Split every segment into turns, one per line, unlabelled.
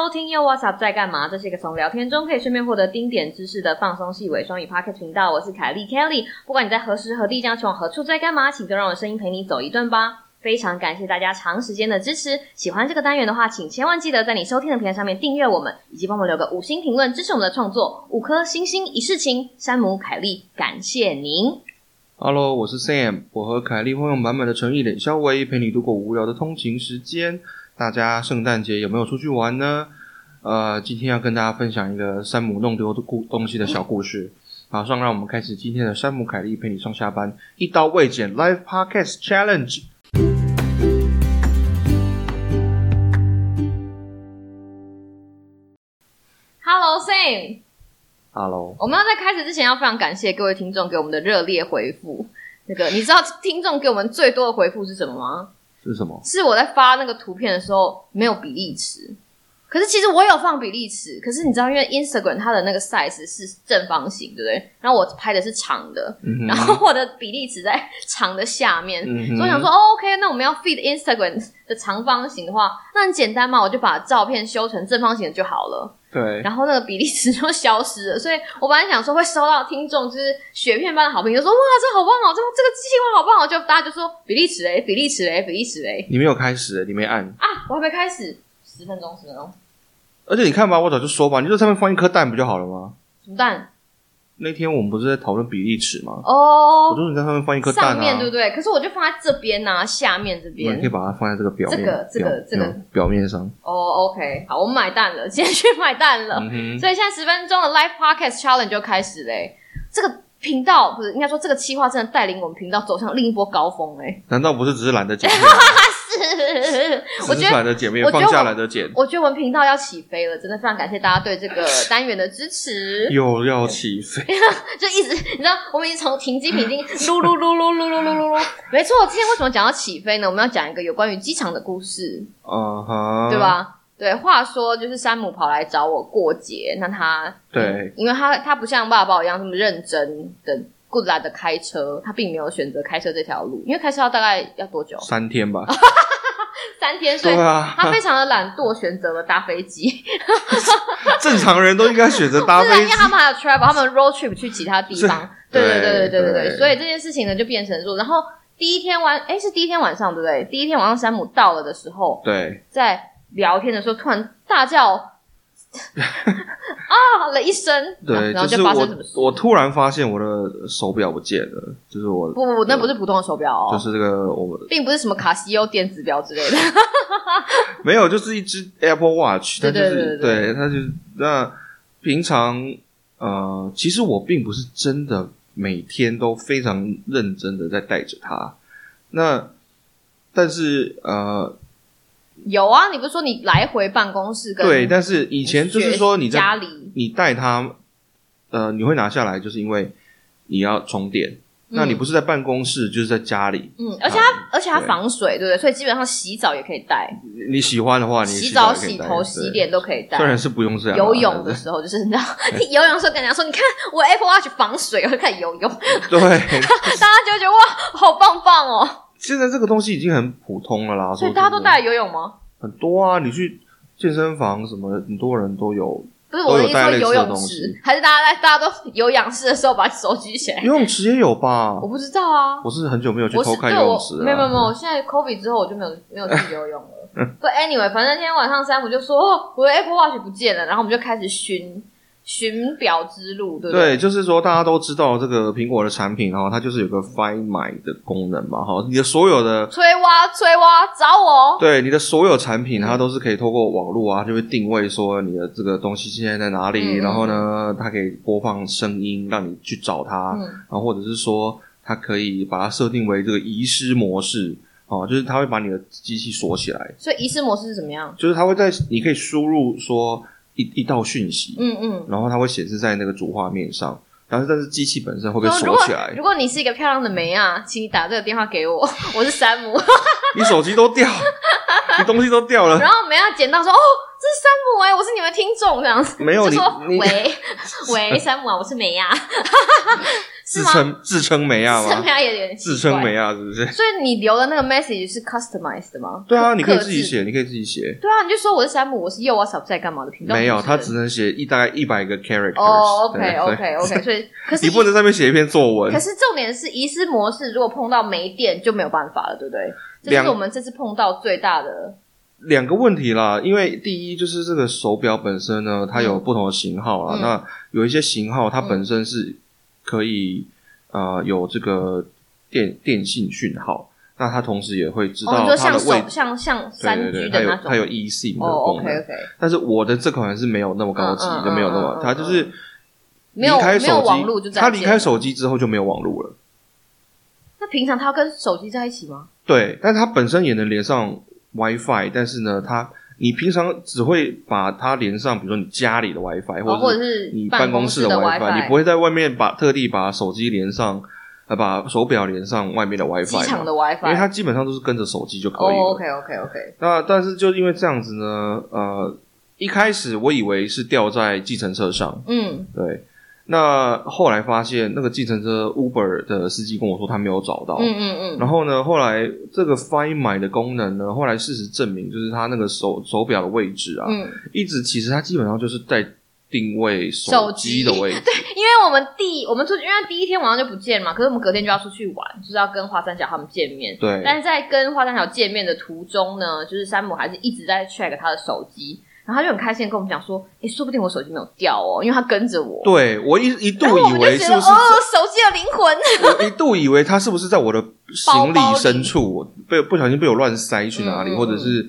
WhatsApp 在干嘛？这是一个从聊天中可以顺便获得丁点知识的放松细微双语 Pocket 频道。我是凯莉 Kelly，不管你在何时何地将前往何处在干嘛，请就让我的声音陪你走一段吧。非常感谢大家长时间的支持，喜欢这个单元的话，请千万记得在你收听的平台上面订阅我们，以及帮我们留个五星评论支持我们的创作。五颗星星一世情，山姆凯莉，感谢您。
Hello，我是 Sam，我和凯莉会用满满的诚意、冷笑微陪你度过无聊的通勤时间。大家圣诞节有没有出去玩呢？呃，今天要跟大家分享一个山姆弄丢的故东西的小故事。马上让我们开始今天的山姆凯莉陪你上下班，一刀未剪 Live Podcast Challenge。
Hello Sam，
Hello，
我们要在开始之前，要非常感谢各位听众给我们的热烈回复。那个，你知道听众给我们最多的回复是什么吗？
是什么？
是我在发那个图片的时候没有比例尺，可是其实我有放比例尺，可是你知道，因为 Instagram 它的那个 size 是正方形，对不对？然后我拍的是长的，
嗯
然
哼，
后我的比例尺在长的下面，
嗯 哼
所以我想说、哦、，OK，那我们要 feed Instagram 的长方形的话，那很简单嘛，我就把照片修成正方形的就好了。
对，
然后那个比例 尺就消失了，所以我本来想说会收到听众就是雪片般的好评，就说哇这好棒哦，这这个计划好棒哦，就大家就说比例尺嘞，比例尺嘞，比例尺嘞
你没有开始，你没按，
啊！我还没开始，十分钟，十分钟，
而且你看吧，我早就说吧，你就在上面放一颗蛋不就好了吗？
什么蛋
那天我们不是在讨论比例尺吗？我
哦，
说你在上面放一颗蛋啊，
上面对不对？可是我就放在这边呐、下面这
你们
边
可以把它放在这个表面，
这个这个
表
这个
表表面上。
哦，OK，好，我们买蛋了，今天去买蛋了，
嗯哼，
所以现在十分钟的 Live Podcast Challenge 就开始嘞，这个。频道不是应该说这个企划真的带领我们频道走向另一波高峰哎、
难道不是只是懒得剪片？
是， 我
只
觉
是
得
懒得剪片，
我觉得
放假
我
懒得剪，
我觉得我们频道要起飞了，真的非常感谢大家对这个单元的支持。
又要起飞。
就一直你知道，我们已经从停机坪已经噜噜噜噜噜噜噜噜噜，没错。今天为什么讲到起飞呢？我们要讲一个有关于机场的故事，
嗯哼，
对？吧？对，话说就是山姆跑来找我过节，那他嗯
对，
因为他他不像爸爸一样这么认真的 good 来的开车，他并没有选择开车这条路，因为开车要大概要多久？
三 天吧。
三天，所以
对啊，
他非常的懒惰，选择了搭飞机。
正常人都应该选择搭
不是，
飞
因为
机。
他们还有 travel，他们 road trip 去其他地方。对对对
对
对对对
对
对，所以这件事情呢就变成说，然后第一天晚，哎，是第一天晚上对不对？第一天晚上山姆到了的时候，
对，
在聊天的时候突然大叫啊了一声，
对，
然后
就
就是发生什么事？
我我突然发现我的手表不见了，就是我
不不不，那不是普通的手表哦，
就是这个我
并不是什么卡西欧电子表之类的。
没有，就是一只 Apple Watch，它
对
就
对对
是
对对
它就是那平常呃，其实我并不是真的每天都非常认真的在带着它，那但是呃，
有啊，你不是说你来回办公室跟
对，但是以前就是说你在
家里，
你带它，呃，你会拿下来，就是因为你要充电。那你
嗯
不是在办公室，就是在家里。
嗯，而且它、而且它
对
防水，对不对？所以基本上洗澡也可以带。
你你喜欢的话，啊你
洗
澡
澡、
也可以
洗
带
头、
对
洗脸都可以带
虽。然是不用这样啊
游泳
但
的
是
时候就是你知道，你游泳的时候跟人家说，你看我 Apple Watch 防水，我就开始游泳，
对，
大家就会觉得哇，好棒棒哦！
现在这个东西已经很普通了啦，
所以
说真的
大家都带游泳吗？
很多啊。你去健身房什么，很多人都有
不是
都有
我的意思，
带
说
类似的
游泳
东
池
西，
还是大家在大家都有氧式的时候把手举起来？
游泳池也有吧
哎我？不知道啊，
我是很久没有去
我
偷
是
看
对
游泳
我
池了。啊
没有没有没有，我现在 COVID 之后我就没有没有去游泳 了。不，anyway，反正今天晚上山姆就说哦，我的 Apple Watch 不见了，然后我们就开始寻寻表之路，对不对？
对，就是说大家都知道这个苹果的产品哈，它就是有个 Find My 的功能嘛哈，你的所有的
吹蛙吹蛙找我，
对你的所有产
嗯
品，它都是可以透过网络啊，就会定位说你的这个东西现在在哪里，
嗯
然后呢，它可以播放声音让你去找它，
嗯
然后啊或者是说它可以把它设定为这个遗失模式哦，就是它会把你的机器锁起来，
所以仪式模式是怎么样？
就是它会在你可以输入说一一道讯息，
嗯嗯。
然后它会显示在那个主画面上，但是但是机器本身会被
说嗯哦如
锁
果
起来
如，果你是一个漂亮的梅 啊，请你打这个电话给我， 我是山姆。
你手机都掉，你东西都掉了，
然后梅啊捡到说：“哦，这是山姆哎、我是你们听众这样子。”
没有
就
你
说：“
你
喂 喂，山姆啊，我是梅啊，
自
吗
称自称梅亚
自称
吗
梅？亚也有点奇怪
自称梅。啊亚是不是？
所以你留的那个 message 是 customized 的吗？
对啊，
刻
你可以自己。
刻制
写，你可以自己写。
对啊，你就说我是山姆，我是 You WhatsApp 在干嘛的频道？
没有，
是不
他
是
只能写一大概一百个 characters 对。
哦，OK
对
OK OK，所以可是
你不能在上面写一篇作文
可。是重点是遗失模式，如果碰到没电就没有办法了，对不对？这
两
是我们这次碰到最大的。
两个问题啦，因为第一就是这个手表本身呢，它有不同的型号啦。
嗯
那有一些型号它本身是可以、呃有这个电电信讯号，那它同时也会知
哦，你
道
说
它
像
的位
手像像
对
三
对
G 的
对，它
那
有
种。
它有 E SIM 的
哦
功
，OK
能，
OK，
但是我的这款是没有那么高级，
嗯嗯
就没有那
嗯嗯
么，
嗯
它就是
没
离
有
开
没有
手
网络就
机，
再
它离
见
开手机之后就没有网络了。
那平常他要跟手机在一起吗？
对，但它本身也能连上 WiFi，但是呢，它你平常只会把它连上，比如说你家里的 WiFi，
哦，或
者
者是
你
办
公
室
的
WiFi，
你不会在外面把特地把手机连上，呃，把手表连上外面的 WiFi，
机场
嘛
的 WiFi，
因为它基本上都是跟着手机就可
哦
以了。
，OK OK OK，
那但是就因为这样子呢，呃，一开始我以为是掉在计程车上，
嗯，
对。那后来发现，那个计程车 Uber 的司机跟我说他没有找到，
嗯嗯嗯，
然后呢，后来这个 Find My 的功能呢，后来事实证明，就是它那个手手表的位置啊，
嗯，
一直其实它基本上就是在定位
手
手
机
机的位置。
因为我们第我们出去，因为第一天晚上就不见嘛，可是我们隔天就要出去玩，就是要跟花三角他们见面。
对
但是在跟花三角见面的途中呢，就是山姆还是一直在 check 他的手机，然后他就很开心地跟我们讲说：“诶，说不定我手机没有掉哦，因为他跟着我。”
对，我一一度
然后我
以
们
为
就觉
是
得
不是
哦，手机的灵 魂。
我一度以为它是不是在我的行
包包
李
里
深处，我被不小心被我乱塞去哪里，
嗯嗯
或者是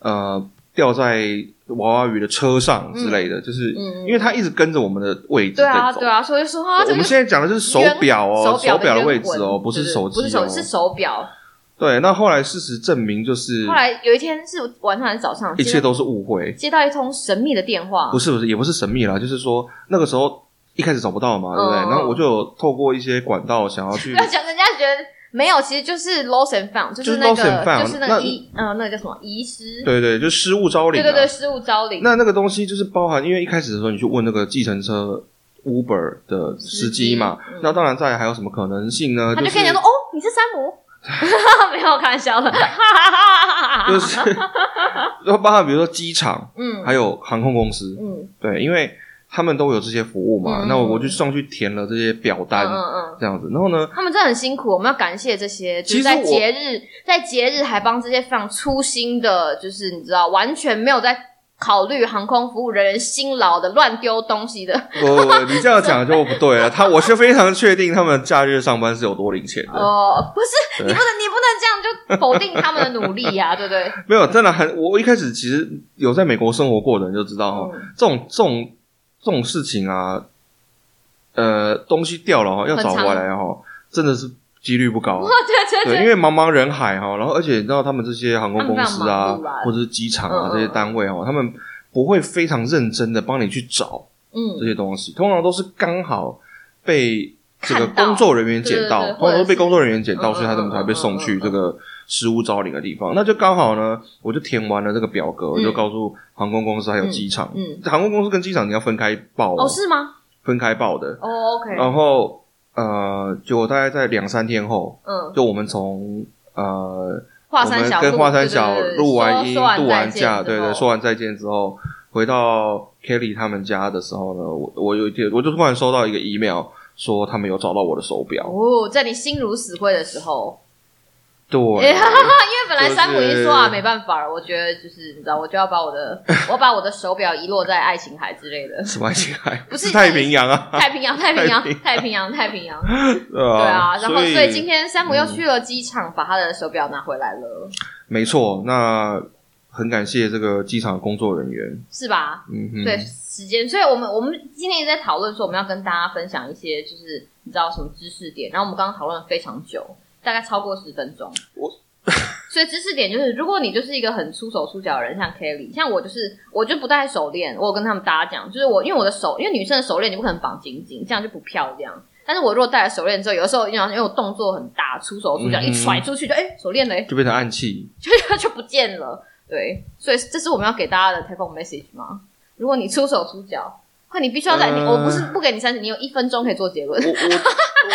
呃掉在娃娃鱼的车上之类的，就是、
嗯嗯
因为它一直跟着我们的位置
对
在
啊，
走。
对啊，所以说啊，
我
这
我
个
们
就
现在讲的是手表哦，
手
手
表
表
的
的位
冤
置
魂
哦，不是
对
手机、
不
哦，
是手是手表。
对，那后来事实证明，就是
后来有一天是晚上还是早上，
一
接哦
切
到
都是误会，
接到一通神秘的电话，
不是不是，也不是神秘啦，就是说那个时候一开始找不到嘛，对不对？
嗯
然后我就有透过一些管道 想要去
不，要讲，人家觉得没有，其实就是 lost and found，就是
就是
那
lost and
个
found，
就是那
那
个遗，嗯，那个叫什么遗失，
对对，就失物招领、
对
啊。
对对，失物招领，
那那个东西就是包含，因为一开始的时候你去问那个计程车 Uber 的司机嘛
司机嗯，
那当然再来还有什么可能性呢？
他就
就是
跟你讲说，哦，你是山姆， 没有开玩笑的，
就是就包含比如说机场，
啊嗯
还有航空公司，
嗯
对，因为他们都有这些服务嘛，
嗯
那我就上去填了这些表
嗯
单。
嗯嗯。
这样子，然后呢，
他们真的很辛苦，我们要感谢这些，就
其
是
实
在
我
节日，在节日还帮这些非常粗心的，就是你知道，完全没有在考虑航空服务人员辛劳的乱丢东西的。
不不不，你这样讲就不对了。他我是非常确定他们假日上班是有多领钱的，
哦，不是，
对
你不能，你不能这样就否定他们的努力呀、对不 对？哦
没有，真的很。我一开始其实有在美国生活过的人就知道哦，
嗯
这种这种这种事情啊，呃，东西掉了哈，要找
很常
回来哈，真的是几率不高啊
哦，。对对
对，
对，
因为茫茫人海哈，然后而且你知道他们这些航空公司
他
啊
们非常忙碌啊，
或者是机场
嗯
啊
嗯
这些单位哦，他们不会非常认真的帮你去找这
嗯，
些东西，通常都是刚好被这个
看到
工作人员捡到
对对，对
通常都是
或
被
者是
工作人员捡
嗯
到，
嗯
所以他们才被送
嗯嗯
去
嗯
这个失物招领的地方。那就刚好呢，我就填完了这个表格，我就告诉航空公司还有机场，
嗯，
航空公司跟机场你要分开报
哦，是吗？
分开报的。
哦，OK，
然后呃，就大概在两三天后，
嗯，
就我们从呃，
华
我
山
们
小
跟华山
对对
小
对对
录完
说
音、
说完
度
再
完
见哦
假，
之
对对，
后
说完再见之后，回到 Kelly 他们家的时候呢，我我有一天我就突然收到一个 email。说他们有找到我的手 表，
哦，在你心如死灰的时候，哎
对，
因为本来
就是
山姆已经说啊，没办法了，我觉得就是你知道，我就要把我的 我要把我的手表遗落在爱琴海之类 的，
什么情海？
不是
是太平洋啊，
太平洋，太平洋
太平，
太平洋，太平洋，
对
对啊。然后所以嗯
以
今天山姆又去了机场，把他的手表拿回来了，
没错，那很感谢这个机场工作人员，
是吧？
嗯哼，
对时间，所以我们我们今天一直在讨论说，我们要跟大家分享一些就是你知道什么知识点，然后我们刚刚讨论了非常久，大概超过十分钟。
我
所以知识点就是，如果你就是一个很出手出脚的人，像 Kelly，像我就是，我就不戴手链。我有跟他们大家讲，就是我因为我的手，因为女生的手链你不可能绑紧紧，这样就不漂亮。但是我如果戴了手链之后，有的时候因为因为我动作很大，出手出脚、
嗯
一甩出去就哎、手链嘞，
就变成暗器，
就 就不见了。对，所以这是我们要给大家的 take home message 吗？如果你出手出脚，或你必须要在你，
呃
我不是不给你三十，你有一分钟可以做结论。
我我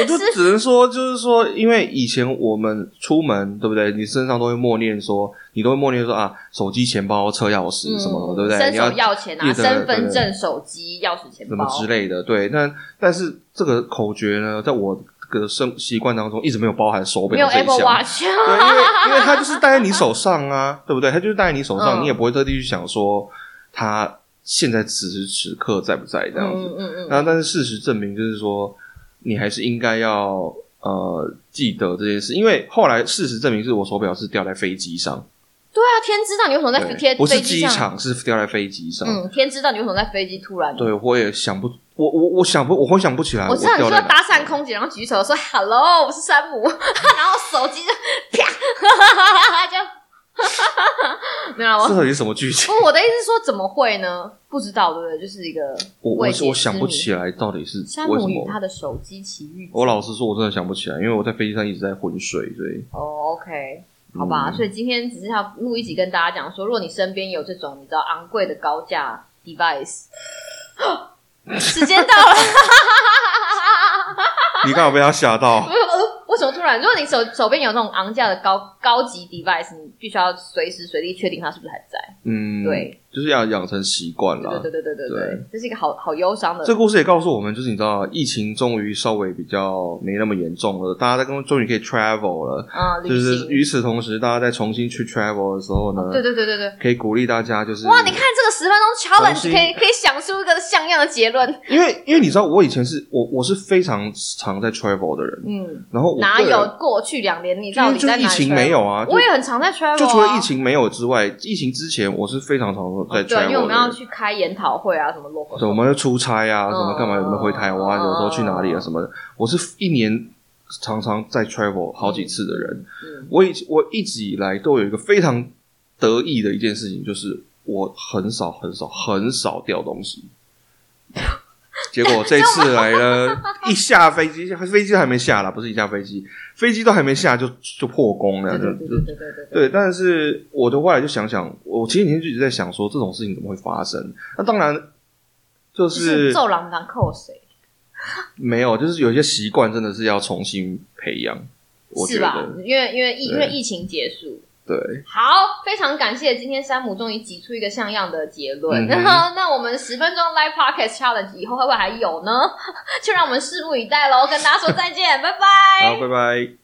我就只能说，就是说，因为以前我们出门，对不对？你身上都会默念说，你都会默念说啊，手机、钱包、车钥匙什么的，对不对？
嗯伸
你要
手要钱啊，
记得
身份
对
证、手机、钥匙、钱
什么
包。
之类的，对。但但是这个口诀呢，在我的生习惯当中，一直没有包含手表
没有
这一
Apple
项。
Watch，啊
对，因为因为它就是戴在你手上啊，对不对？它就是戴在你手上，
嗯
你也不会特地去想说它现在此时此刻在不在这样子。
嗯嗯
那、但是事实证明，就是说你还是应该要呃记得这件事，因为后来事实证明是我手表是掉在飞机上，
对啊，天知道你为什么在飞
对
贴
不是
飞
机
机上？
场，是掉在飞机上。
嗯，天知道你为什么在飞机突然？
对，我也想不，我我我想不，我回想不起来，
我知道你
掉
说
在哪
搭讪空姐，然后举手说 “hello”，我是山姆， 然后手机就啪， 就 没有啦
这
我。
到底是什么 剧情？
哦不，我的意思是说，怎么会呢？不知道，对不对？就是一个
我我
未解
我想不
之谜
起来到底是
山
为
姆
什
与他
么。
的手机奇遇记。
我老实说，我真的想不起来，因为我在飞机上一直在昏睡，所以
哦，OK，好吧，
嗯
所以今天只是要录一集跟大家讲说，如果你身边有这种你知道昂贵的高价 device，时间到了，
你刚好被他吓 到
不。是呃为什么突然？如果你手手边有那种昂价的高高级 device，你必须要随时随地确定它是不是还在。
嗯，
对，
就是要养成习惯啦。
对对对对对
对
对，这是一个好好忧伤的。
这故事也告诉我们，就是你知道，疫情终于稍微比较没那么严重了，大家在跟终于可以 travel 了。
啊，旅
就是
行。
与此同时，大家在重新去 travel 的时候呢，
哦对对对对对。
可以鼓励大家，就是
哇，你看这个十分钟
重
challenge
新
可以可以想出一个像样的结论。
因为因为你知道，我以前是我我是非常常在 travel 的人，
嗯，
然后我
哪
个人
有过去两年你到底
就
在哪
是疫
里
情
travel？
没有啊，就
我也很常在 travel，、啊、哦
就除了疫情没有之外，疫情之前我是非常常在 travel 的
对，
人、
因为我们要去开研讨会啊，什么 local，
对我们要出差啊，
嗯
什么干嘛？有没有回台湾？
嗯
有时候去哪里啊？什么的？我是一年常常在 travel 好几次的人。
嗯
我以我一直以来都有一个非常得意的一件事情，就是我很少很少很少掉东 西。结果这次来了， 一下飞机，飞机还没下啦，不是一架飞机，飞机都还没下就就破功了，
对
就
对对
就
对对对对
对，但是我的后来就想想，我前几天就一直在想说这种事情怎么会发生？那当然就
就是
是
揍狼欸狼扣谁？
没有，就是有一些习惯真的是要重新培养，我觉
是吧
得？
因为因为疫因
对
为疫情结束，
对。
好，非常感谢今天山姆终于挤出一个像样的结论。
嗯
然后， 那我们十分钟 live podcast challenge 以后会不会还有呢？就让我们拭目以待喽，跟大家说再见，拜拜。
好，拜拜。